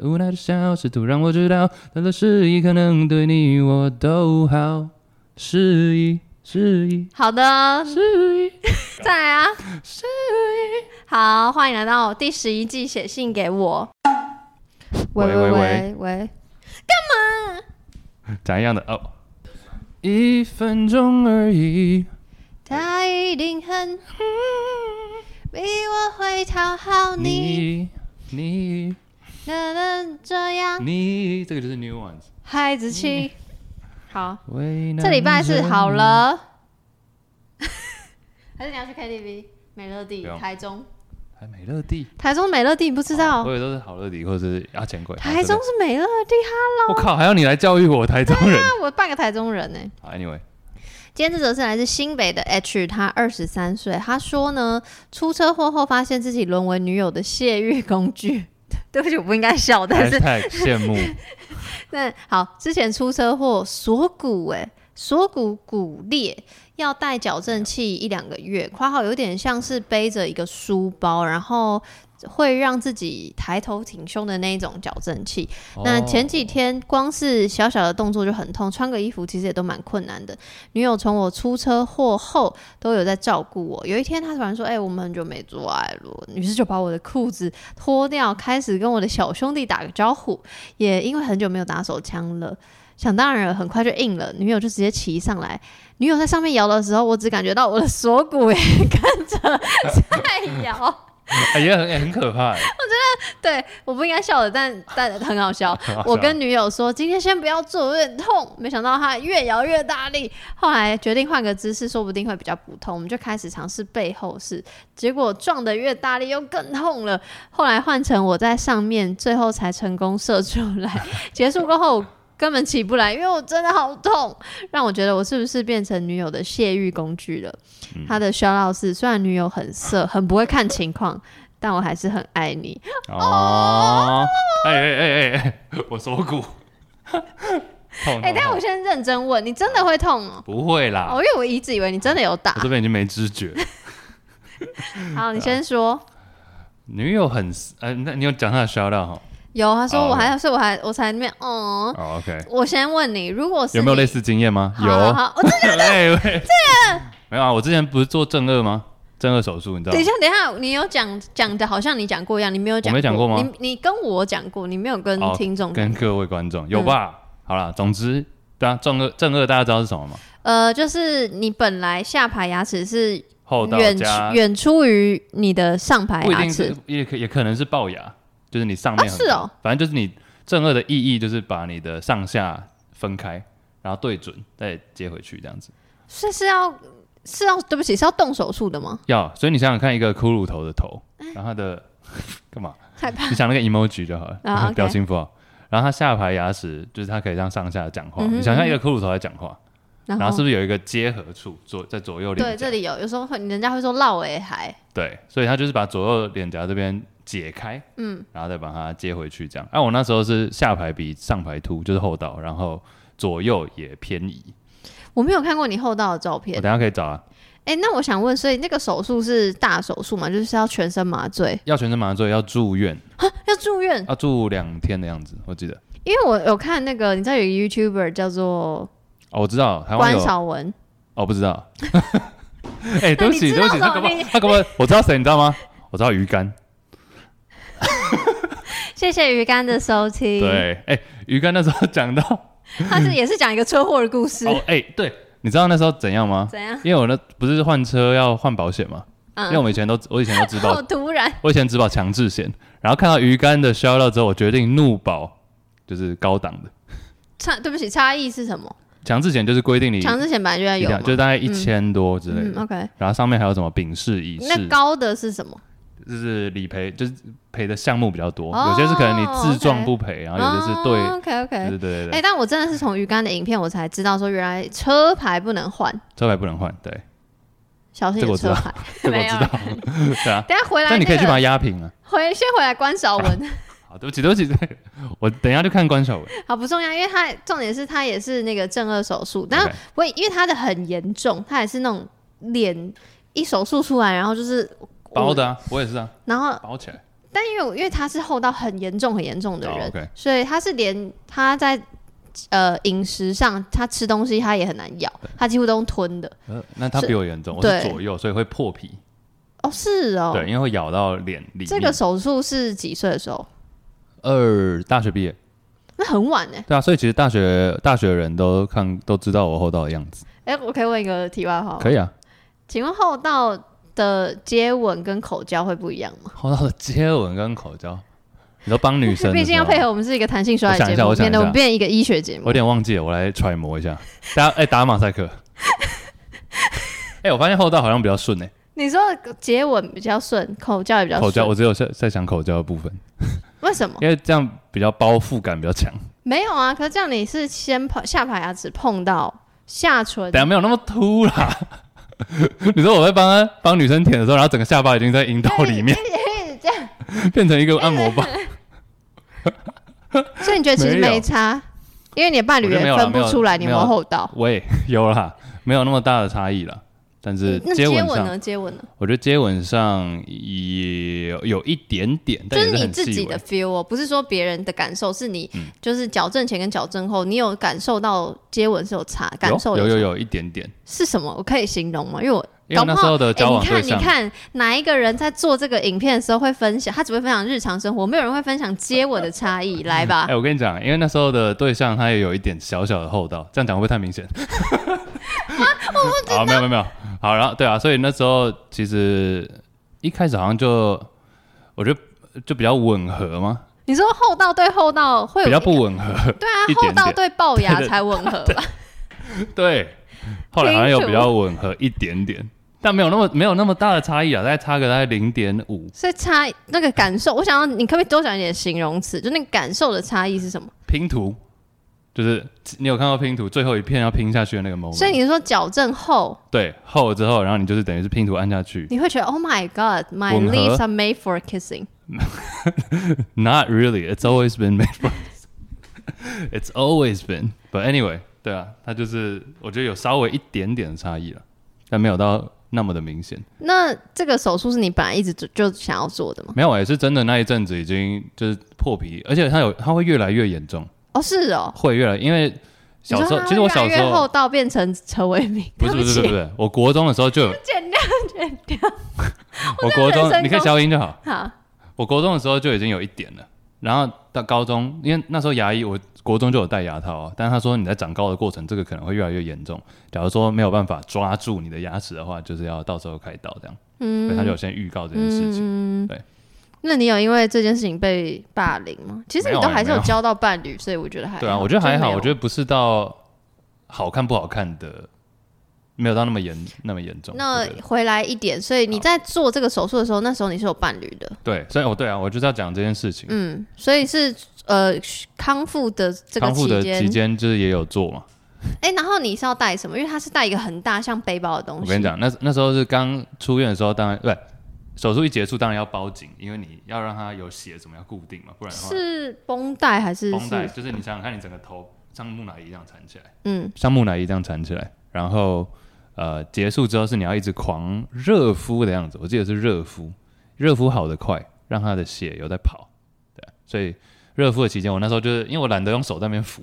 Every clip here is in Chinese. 无奈的小试图让我知道，他的失意可能对你我都好。失意，失意，好的，失意，再来啊！好，欢迎来到第十一季，写信给我。喂喂喂喂喂喂，咋样的哦？一分钟而已，他一定很比我会讨好你，你你能能这样你，这个就是 new ones。孩子气。好，为难这礼拜是人好，了，还是你要去 KTV？美乐蒂不，用台中，还美乐蒂，台中美乐蒂，你不知道我？以为都是好乐迪或者是阿钱鬼。哦台中啊，是美乐蒂哈，真的我靠，还要你来教育我台中人。啊我半个台中人欸呢、好 Anyway，今天这则是来自新北的 H，他二十三岁，他说呢，出车祸后发现自己沦为女友的泄欲工具。 对不起，我不应该笑， 但是太羡慕，但好，之前出车祸锁骨哎、锁骨骨裂，要带矫正器一两个月，括号有点像是背着一个书包，然后会让自己抬头挺胸的那一种矫正器。 那前几天光是小小的动作就很痛，穿个衣服其实也都蛮困难的。女友从我出车祸后都有在照顾我。有一天她突然说：“哎、我们很久没做爱了。”于是就把我的裤子脱掉，开始跟我的小兄弟打个招呼。也因为很久没有打手枪了。想当然了，很快就硬了，女友就直接骑上来。女友在上面摇的时候，我只感觉到我的锁骨也跟着在摇。哎也很也很可怕。哎对，我不应该笑的，但但很好笑。啊我跟女友说，今天先不要做，有点痛。没想到她越摇越大力，后来决定换个姿势，说不定会比较不痛。我们就开始尝试背后式，结果撞得越大力又更痛了。后来换成我在上面，最后才成功射出来。 结束过后。我根本起不来，因为我真的好痛，让我觉得我是不是变成女友的泄欲工具了？他的 s h 是，虽然女友很色，很不会看情况，但我还是很爱你。哦，哎哎哎哎哎，我锁骨，痛 哎、痛但痛我先认真问，你真的会痛哦？不会哦，啦，因为我一直以为你真的有打我。这嗯边已经没知觉。 好，啊你先说。女友很，呃，那你有讲她的 shout out 哈？有，他说哦我还要，所以我还我才那边，嗯。哦，OK，我先问你，如果是有没有你类？似经验吗？好有，好好哦我 哎 喂，没有啊，我之前不是做正二吗？正二手术，你知道等吗一？下，等一下，你有讲讲的，好像你讲过一样，你没有讲，我没讲过吗你你跟我讲过，你没有跟哦听众讲。跟各位观众有吧？嗯好啦，总之，对啊，正二正二大家知道是什么吗？呃，就是你本来下排牙齿是后道远加远出于你的上排不一牙定齿是，，也可也可能是龅牙，就是你上面啊很是高哦，反正就是你正二的意义就是把你的上下分开，然后对准再接回去这样子。是是要是要对不起，是要动手术的吗？要，所以你想想看，一个骷髅头的头，哎然后它的干 嘛？害怕你想那个 emoji 就好了，啊 ，OK 表情符号。然后它下排牙齿就是它可以让上下讲话，嗯哼你想象一个骷髅头在讲话，然然后后是不是有一个结合处左在左右对，脸这颊？里有，有时候会人家会说绕尾还对，所以它就是把左右脸颊这边解开，嗯，然后再把它接回去这样。啊，我那时候是下排比上排凸，就是后倒，然后左右也偏移。我没有看过你后道的照我片。等一下可以找啊，哎、那我想问，所以那个手术是大手术嘛？就是要全身麻醉，要全身麻醉，要住院，要住院？要住两天的样子，我记得。因为我有看那个，你知道有一个 YouTuber 叫做哦，我知道，台湾关有少文，哦，不知道。 哎、对不你起，知对不起，他道什干么嘛你？他干嘛？我知道谁，你知道吗？我知道鱼竿。谢谢鱼竿的收听。对，哎、鱼竿那时候讲到， 他是也是讲一个车祸的故事，哦，哎、对，你知道那时候怎样吗？ 怎样？因为我那不是换车要换保险嘛，因为我嗯，们以前都我以前都只保好，突然，我以前只保强制险，然后看到鱼竿的销料之后，我决定怒保，就是高档的差对不起，差异是什么？强制险，就是规定你强一制险本来就在有定嘛要，就是大概一千多之类嗯的， ，OK。然后上面还有什么丙式、乙式，那高的是什么？就是理赔，就是赔的项目比较多，哦有些是可能你自撞 OK 不赔，然后有些是对， ，OK 对 OK。对对哎、对，但我真的是从鱼竿的影片，我才知道说原来车牌不能换，车牌不能换，对，小心这个有我知车道牌。 这个我没知有道，对 啊，等一下回来、那但你可以去个把它压平啊。回先回来关少文，好，对不起，对不起，对， 我等一下就看关晓雯， 好不重要，因为他重点是他也是那个正颌手术，但 OK 我也因为他的很严重，他也是那种脸一手术出来，然后就是包的啊，我也是啊，然后包起来，但因为我因为他是后到很严重很严重的哦人， ，OK 所以他是连他在呃饮食上，他吃东西他也很难咬，他几乎都用吞的。呃那他是比我严重，我是对左右，所以会破皮，哦，是哦，对，因为会咬到脸里面。这个手术是几岁的时候？二大学毕业，那很晚呢、对啊，所以其实大学大学人都看都知道我厚道的样子，哎、我可以问一个题外话吗？可以啊。请问后道的接吻跟口交会不一样吗？厚道的接吻跟口交，你都帮女生，毕竟要配合，我们是一个弹性说爱节目，我想一下我想一下免得我们变一个医学节我有目。点忘记了，我来揣摩一下。打哎、打马赛克，哎、我发现厚道好像比较顺哎、你说接吻比较顺，口交也比较口顺交我只有在在想口交的部分，为什么？因为这样比较包覆感比较强。没有啊，可是这样你是先碰下排牙齿碰到下唇，等下没有那么凸啦。 你说我在帮他帮女生舔的时候，然后整个下巴已经在阴道里面，哎变成一个按摩棒。所以你觉得其实没有没差，因为你的伴侣我觉得没有也啦分不出来你有没没有有厚道。喂，有啦，没有那么大的差异啦。但啊是嗯那接接吻吻上，呢？接吻呢？我觉得接吻上也有一点点，就但也你很自己细的微。嗯 feel 哦，不是说别人的感受，是你就是矫正前跟矫正后，你有感受到接吻是有差，感受有有有有差有一点点，是什么？我可以形容吗？因为我因为那时候的哎，交往你对看，你象，看，哪一个人在做这个影片的时候会分享？他只会分享日常生活，没有人会分享接吻的差异。来吧 哎、，我跟你讲，因为那时候的对象他也有一点小小的厚道，这样讲会不会太明显？啊好，没有没有没有，好，然后对啊，所以那时候其实一开始好像就我觉得就比较吻合嘛，你说厚道对厚道会有比较不吻合，对啊一，厚点道点对龅牙对对才吻合吧？对。后来好像有清楚比较吻合一点点，但没有那么没有那么大的差异啊，大概差个大概零点五所以差那个感受，我想要你可不可以多讲一点形容词？就那个感受的差异是什么？拼图。就是你有看到拼图最后一片要拼下去的那个 moment，所以你说矫正后，对厚之后，然后你就是等于是拼图按下去 你会觉得 Oh my God, my 吻合 lips are made for kissing。 Not really. It's always been made for. It's always been. But anyway，对啊，它就是我觉得有稍微一点点的差异了，但没有到那么的明显。那这个手术是你本来一直就就想要做的吗？没有、啊也是真的那一阵子已经就是破皮，而且它有它会越来越严重，哦，是哦。会越来因为你小说时候它其实我越来小时越厚候道变成陈伟明，不是对不是起不是不是，我国中的时候 就有剪掉剪掉。我国中人身你可以攻消音就好。好，我国中的时候就已经有一点了，然后到高中，因为那时候牙医，我国中就有戴牙套啊。但是他说你在长高的过程，这个可能会越来越严重。假如说没有办法抓住你的牙齿的话，就是要到时候开刀这样。嗯所以他就有先预告这件事情。那你有因为这件事情被霸凌吗？其实没你有都欸还是有没有交到伴侣，所以我觉得还对啊，我觉得还好，我觉得得不是到好看不好看的，没有到那么严那么严重。我那觉得回来一点，所以你好在做这个手术的时候，那时候你是有伴侣的，对，所以哦对啊，我就是要讲这件事情。嗯，所以是呃康复的这个康复的期间，间就是也有做嘛，哎、然后你是要带什么？因为它是带一个很大像背包的东西。我跟你，讲，那那时候是刚出院的时候，当然对，手术一结束当然要包紧，因为你要让它有血怎么样固定嘛，不然的话是绷带还是绷带是就是你想想看，你整个头像木乃伊这样缠起来，嗯？像木乃伊这样缠起来，然后呃结束之后是你要一直狂热敷的样子，我记得是热敷，热敷好的快，让它的血有在跑，对，啊所以热敷的期间，我那时候就是因为我懒得用手在那边扶。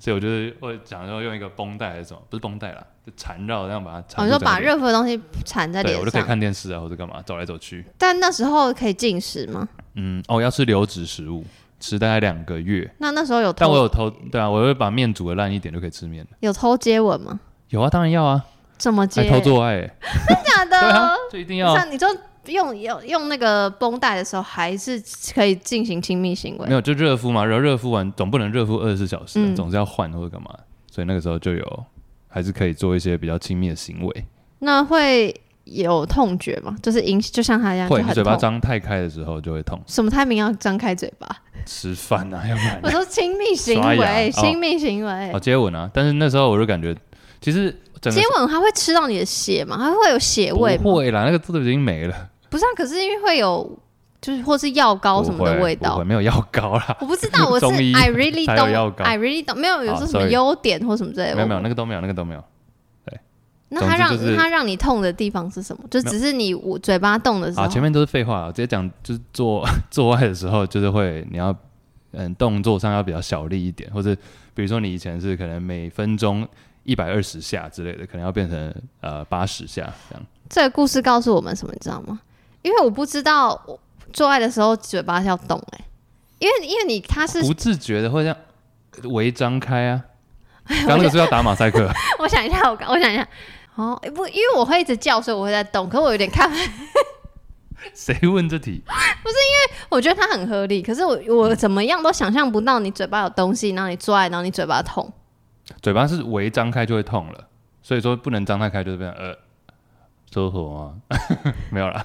所以我就是我想说用一个绷带还是什么，不是绷带啦，就缠绕这样把它缠我住整个哦说脸。把热敷的东西缠在对脸我就可以上，看电视啊，或者干嘛，走来走去。但那时候可以进食吗？嗯，哦，要吃流质食物，吃大概两个月。那那时候有但我偷有偷，对啊，我会把面煮的烂一点就可以吃面了。有偷接吻吗？有啊，当然要啊，怎么接？还偷做爱、嗯欸，假对啊的？，就一定要。像你就用用用那个绷带的时候，还是可以进行亲密行为没。有就热敷嘛，然后热敷完总不能热敷二十四小时啊、嗯总是要换或者干嘛，所以那个时候就有还是可以做一些比较亲密的行为。那会有痛觉吗？就是引起，就像他一样，就会，你很嘴巴痛。张太开的时候就会痛，什么太明要张开嘴 巴？吃饭啊，要不然我说亲密行刷牙为，哦亲密行为。哦接吻啊。但是那时候我就感觉，其实整个接吻它会吃到你的血吗？它会有血味不吗？会啦，那个都已经没了。不是啊，可是因为会有，就是或是药膏什么的不会味不道会。没有药膏啦，我不知道，我 是中医 I really 才有药 don't 膏哦 I really don't 没有有好说什么 sorry 优点或什么之类的，没有没有，我那个都没有，那个都没有。那他让、总之就是他让你痛的地方是什么？就没有只是你我嘴巴动的时候，啊，前面都是废话啊，直接讲就是做 做爱的时候，就是会你要嗯动作上要比较小力一点，或者比如说你以前是可能每分钟一百二十下之类的，可能要变成呃八十下这样。这个故事告诉我们什么，你知道吗？因为我不知道我做爱的时候嘴巴是要动哎、因为因为你他是不自觉的会这样围张开啊。刚刚那个是要打马赛克， 我想一下，我我想一下，哦不，因为我会一直叫，所以我会在动，可我有点看 不，谁问这题？我觉得它很合理，可是我我怎么样都想象不到你嘴巴有东西，然后你做爱，然后你嘴巴痛。嘴巴是围张开就会痛了，所以说不能张太开，就是变成呃， 收火啊， 没有啦，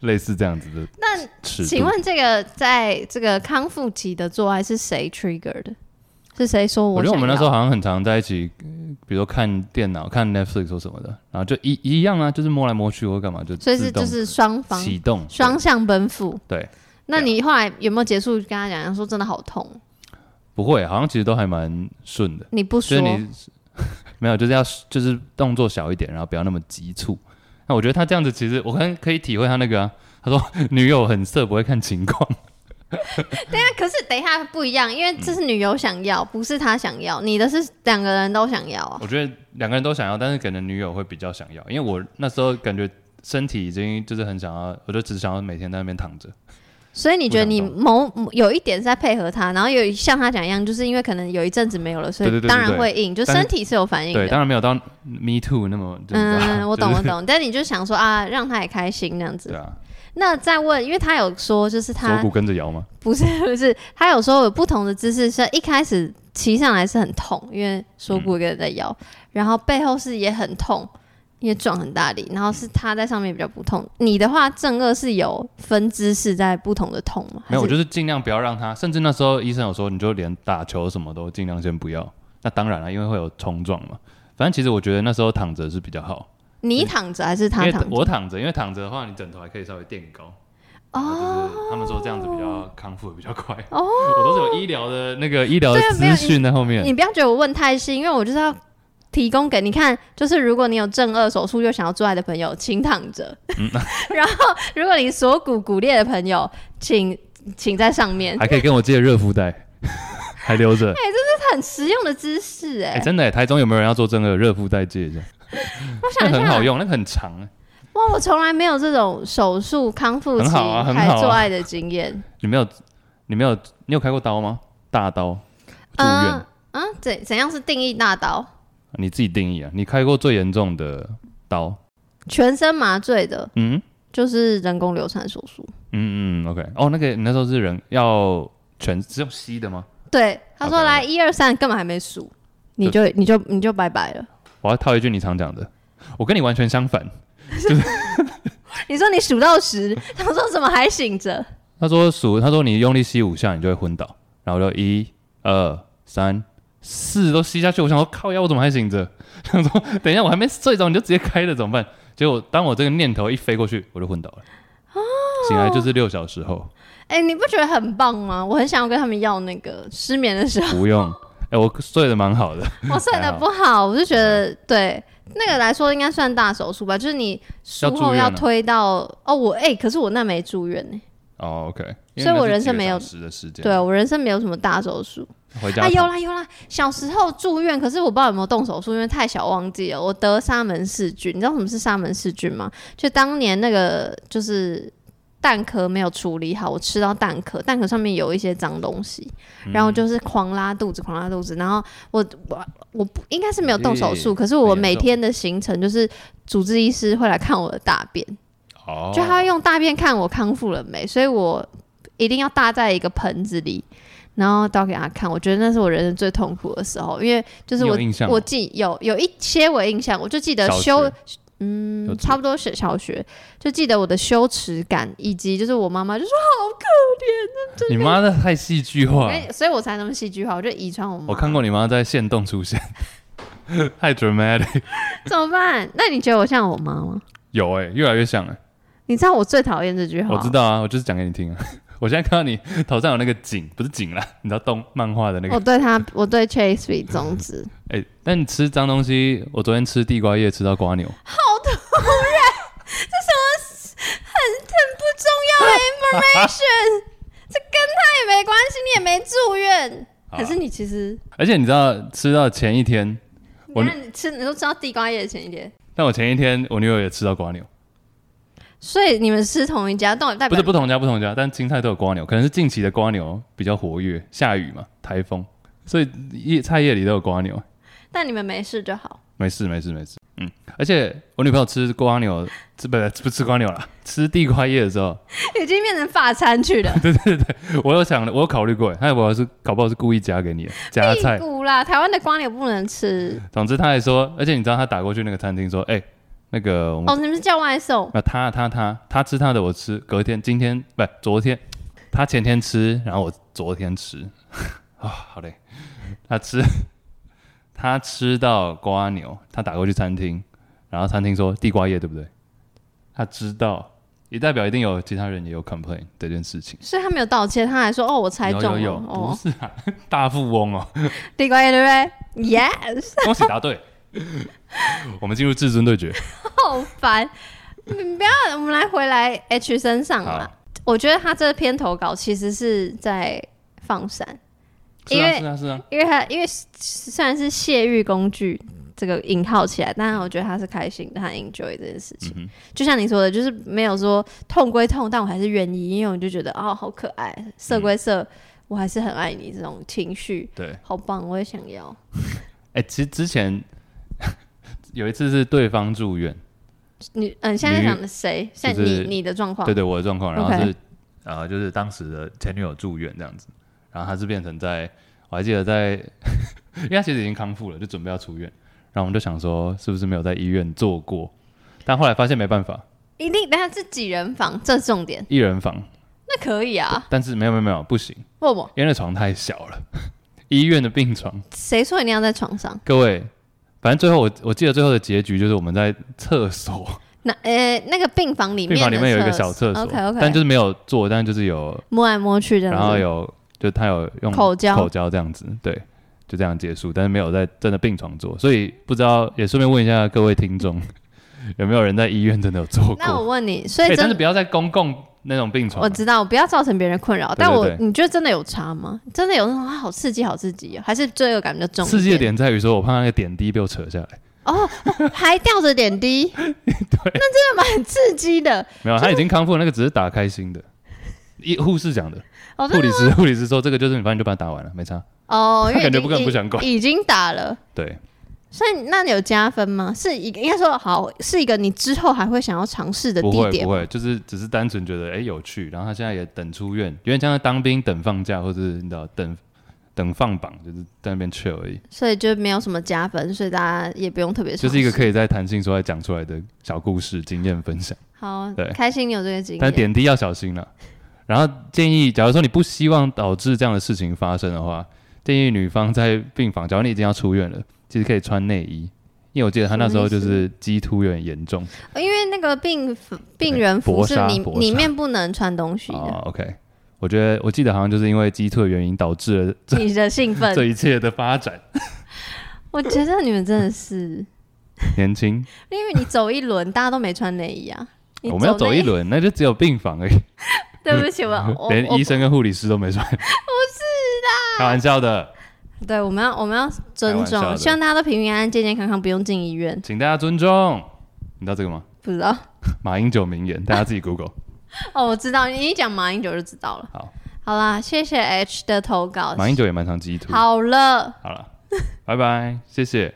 类似这样子的。那尺请度问这个在这个康复期的做爱是谁 trigger 的？是谁说我觉想得我们那要时候好像很常在一起，呃比如说看电脑、看 Netflix 或什么的，然后就一一样啊，就是摸来摸去或干嘛，就所以是自动就是双方启动双对向奔赴。对，啊那你后来有没有结束跟他讲说真的好痛？不会，好像其实都还蛮顺的，你不就说是，你 没有，就是要就是动作小一点，然后不要那么急促。那我觉得他这样子，其实我看可以体会他那个啊，他说 女友很色，不会看情况，那可是等一下不一样，因为这是女友想要，不是他想要，你的是两个人都想要啊。我觉得两个人都想要，但是可能女友会比较想要，因为我那时候感觉身体已经就是很想要，我就只想要每天在那边躺着。所以你觉得你不想某某有一点是在配合他，然后有一像他讲一样，就是因为可能有一阵子没有了，所对以对对当然对会硬，就但是身体是有反应对，的。当然没有到 Me Too 那么，就是你知道 嗯，我懂就我是懂，但你就想说啊，让他也开心那样对子。啊，那再问，因为他有说，就锁是他骨跟着摇嘛，不是不是，他有时候有不同的姿势，是一开始骑上来是很痛，因为锁嗯骨一个人在摇，然后背后是也很痛，因为撞很大力，然后是他在上面比较不痛。你的话，正二是有分姿势在不同的痛吗？没有，我还是就是尽量不要让他，甚至那时候医生有说，你就连打球什么都尽量先不要。那当然了，因为会有冲撞嘛。反正其实我觉得那时候躺着是比较好，你躺着还是因他为躺着？我躺着，因为躺着的话，你枕头还可以稍微垫高。哦，就是他们说这样子比较康复得比较快。哦，我都是有医疗的那个医疗的对啊没有资讯在后面你。不要觉得我问太细，因为我就是要提供给你看，就是如果你有正二手术又想要做爱的朋友，请躺着；嗯 然后如果你锁骨骨裂的朋友，请请在上面，还可以跟我借热敷 袋，还留着。这很实用的姿势哎、哎，真的耶，台中有没有人要做真的热敷袋借一下？我那想个一很好下，用，那个很长耶。哇，我从来没有这种手术康复期很好啊很好啊还做爱的经验。你没有，你没有，你有开过刀吗？大刀住院，嗯嗯，怎怎样是定义大刀？你自己定义啊。你开过最严重的刀？全身麻醉的，嗯就是人工流产手术。嗯嗯，OK。哦，那个你那时候是人要全是用吸的吗？对，他说 OK，OK 来一二三，根本还没数，你就你就你就拜拜了。我要套一句你常讲的，我跟你完全相反。你说你数到十， 他说怎么还醒着？他说数，他说你用力吸五下，你就会昏倒。然后我就一、二、三、四都吸下去，我想说靠呀，我怎么还醒着？ 想说等一下我还没睡着，你就直接开了怎么办？结果当我这个念头一飞过去，我就昏倒了。醒来就是六小时后，哎、你不觉得很棒吗？我很想要跟他们要那个失眠的时候，不用。 哎、我睡得蛮好的， 我睡哦得不好，我就觉得对那个来说应该算大手术吧，就是你术要住后院要啊推到哦，我哎、可是我那没住院呢、哦，OK、o k 所以我人生没有时的时间，对，我人生没有什么大手术回家啊，有躺啦有啦，小时候住院，可是我不知道有没有动手术，因为太小忘记了。我得沙门氏菌，你知道什么是沙门氏菌吗？就当年那个就是蛋壳没有处理好，我吃到蛋壳，蛋壳上面有一些脏东西，然后就是狂拉肚子，狂拉肚子，然后我我我不应该哎是没有动手术，咦可是我很严每重天的行程就是主治医师会来看我的大便。哦，就他会用大便看我康复了没，所以我一定要搭在一个盆子里，然后倒给他看。我觉得那是我人生最痛苦的时候，因为就是你有我印象吗我记有有一些我印象，我就记得小学羞有嗯，记差不多是小学就记得我的羞耻感，以及就是我妈妈哦就说，你妈的太戏剧化了。哎所以我才那么戏剧化，我就遗传我妈。我看过你妈在线动出现，太 dramatic。 怎么办？那你觉得我像我妈吗？有哎、越来越像哎、你知道我最讨厌这句话，我知道啊，我就是讲给你听啊，我现在看到你头上有那个颈，不是颈啦，你知道动漫画的那个我。对他，我对 Chase B 宗旨，哎、但你吃脏东西，我昨天吃地瓜叶吃到瓜牛，不重要的 information，这跟他也没关系，你也没住院，好啦啊可是你其实，而且你知道吃到前一天，我你看你吃，你都知道地瓜叶前一天，但我前一天我女友也吃到瓜牛，所以你们吃同一家，但我代不表是不同家不同家，但青菜都有瓜牛，可能是近期的瓜牛比较活跃，下雨嘛，台风，所以叶菜叶里都有瓜牛。但你们没事就好。 没事没事没事，嗯，而且我女朋友吃瓜牛，吃不不吃瓜牛啦， 吃地瓜叶的时候，已经变成法餐去 了，我有想，我有考虑过，她有没有是搞不好是故意夹给哎你的夹菜 嗯屁，股啦，台湾的瓜牛不能吃。总之她还说，而且你知道她打过去那个餐厅说，哎、那个我们哦，你们是叫外送？那啊他他他他吃他的，我吃。隔天，今天不，昨天他前天吃，然后我昨天吃。 啊、好嘞。他吃，他吃到瓜牛，他打过去餐厅，然后餐厅说地瓜叶对不对？他知道，也代表一定有其他人也有 complain 这件事情。所以他没有道歉，他还说：“哦，我猜有中有有，了。不哦，是啊， 大富翁哦，地瓜叶对不对？Yes，恭喜答对。 我们进入至尊对决。好烦。嗯你不要，我们来回来 H 身上好啦。，我觉得他这篇投稿其实是在放闪，是因啊为是啊是啊，因为他因为虽然是泄欲工具这个引号起来，但是我觉得他是开心的，他 enjoy 这件事情。嗯就像你说的，就是没有说痛归痛，但我还是愿意，因为我就觉得哦，好可爱；色归色，我还是很爱你。这种情绪对。好棒，我也想要。哎、其实之前 有一次是对方住院，你嗯，现在女想的谁？现就在你、是你的状况对对我的状况，然后是 OK 呃，就是当时的前女友住院这样子，然后他是变成在，我还记得在， 因为他其实已经康复了，就准备要出院，然后我们就想说是不是没有在医院做过，但后来发现没办法，一定等一下是几人房，这是重点。一人房，那可以啊，但是没有没有没有不行，不不，因为那床太小了， 医院的病床，谁说一定要在床上？各位。反正最后我我记得最后的结局就是我们在厕所，那呃，那个病房里面病房里面有一个小厕所 OK OK，但就是没有坐，但就是有摸来摸去这样然后子。有就他有用口交口交这样子，对，就这样结束，但是没有在真的病床做，所以不知道也顺便问一下各位听众，有没有人在医院真的有做那我过？问你，所哎以但真是的不要在公共那种病我床，知道，不要造成别人困扰。对但对我对你觉得真的有差吗？真的有那种啊，好刺激，好刺激哦，还是罪恶感比较重一？世界点在于说我怕那个点滴被我扯下来，哦，哦还吊着 点滴，对，那真的蛮刺激的。没有，他已经康复了，那个只是打开心的。一护士讲的，哦，护真的理师护理师说这个就是你，反正你就把它打完了，没差。哦，因为感觉已经不根本不想管已经打了。对，所以那你有加分吗？是一个应该说好是一个你之后还会想要尝试的不地会点不，会，就是只是单纯觉得哎、有趣，然后他现在也等出院，有点像当兵等放假，或者是你知道等等放榜，就是在那边 chill 而已，所以就没有什么加分，所以大家也不用特别尝就试。是一个可以在弹性说来讲出来的小故事经验分享。好对开心你有这个经但验。点滴要小心了。然后建议，假如说你不希望导致这样的事情发生的话，建议女方在病房，假如你已经要出院了，其实可以穿内衣，因为我记得她那时候就是鸡突有点严重哦因为那个病服病人服是薄纱里薄纱里面不能穿东西的，啊。OK，我觉得我记得好像就是因为鸡突的原因导致了这你的兴 奋这，一切的发展。我觉得你们真的是，年轻，因为你走一轮大家都没穿内衣啊，你我们要走那一，轮，那就只有病房而已， 对不起，我 我连我医生跟护理师都没穿。不是的，开玩笑的，对，我们要我们要尊开玩笑重，的希望大家都平平安安、健健康康，不用进医院。请大家尊重。你知道这个吗？不知道 马英九名言，大家自己 Google。哦，我知道，你一讲马英九就知道了。好，好啦，谢谢 H 的投稿。马英九也蛮常鸡突。好了。好了，拜拜，谢谢。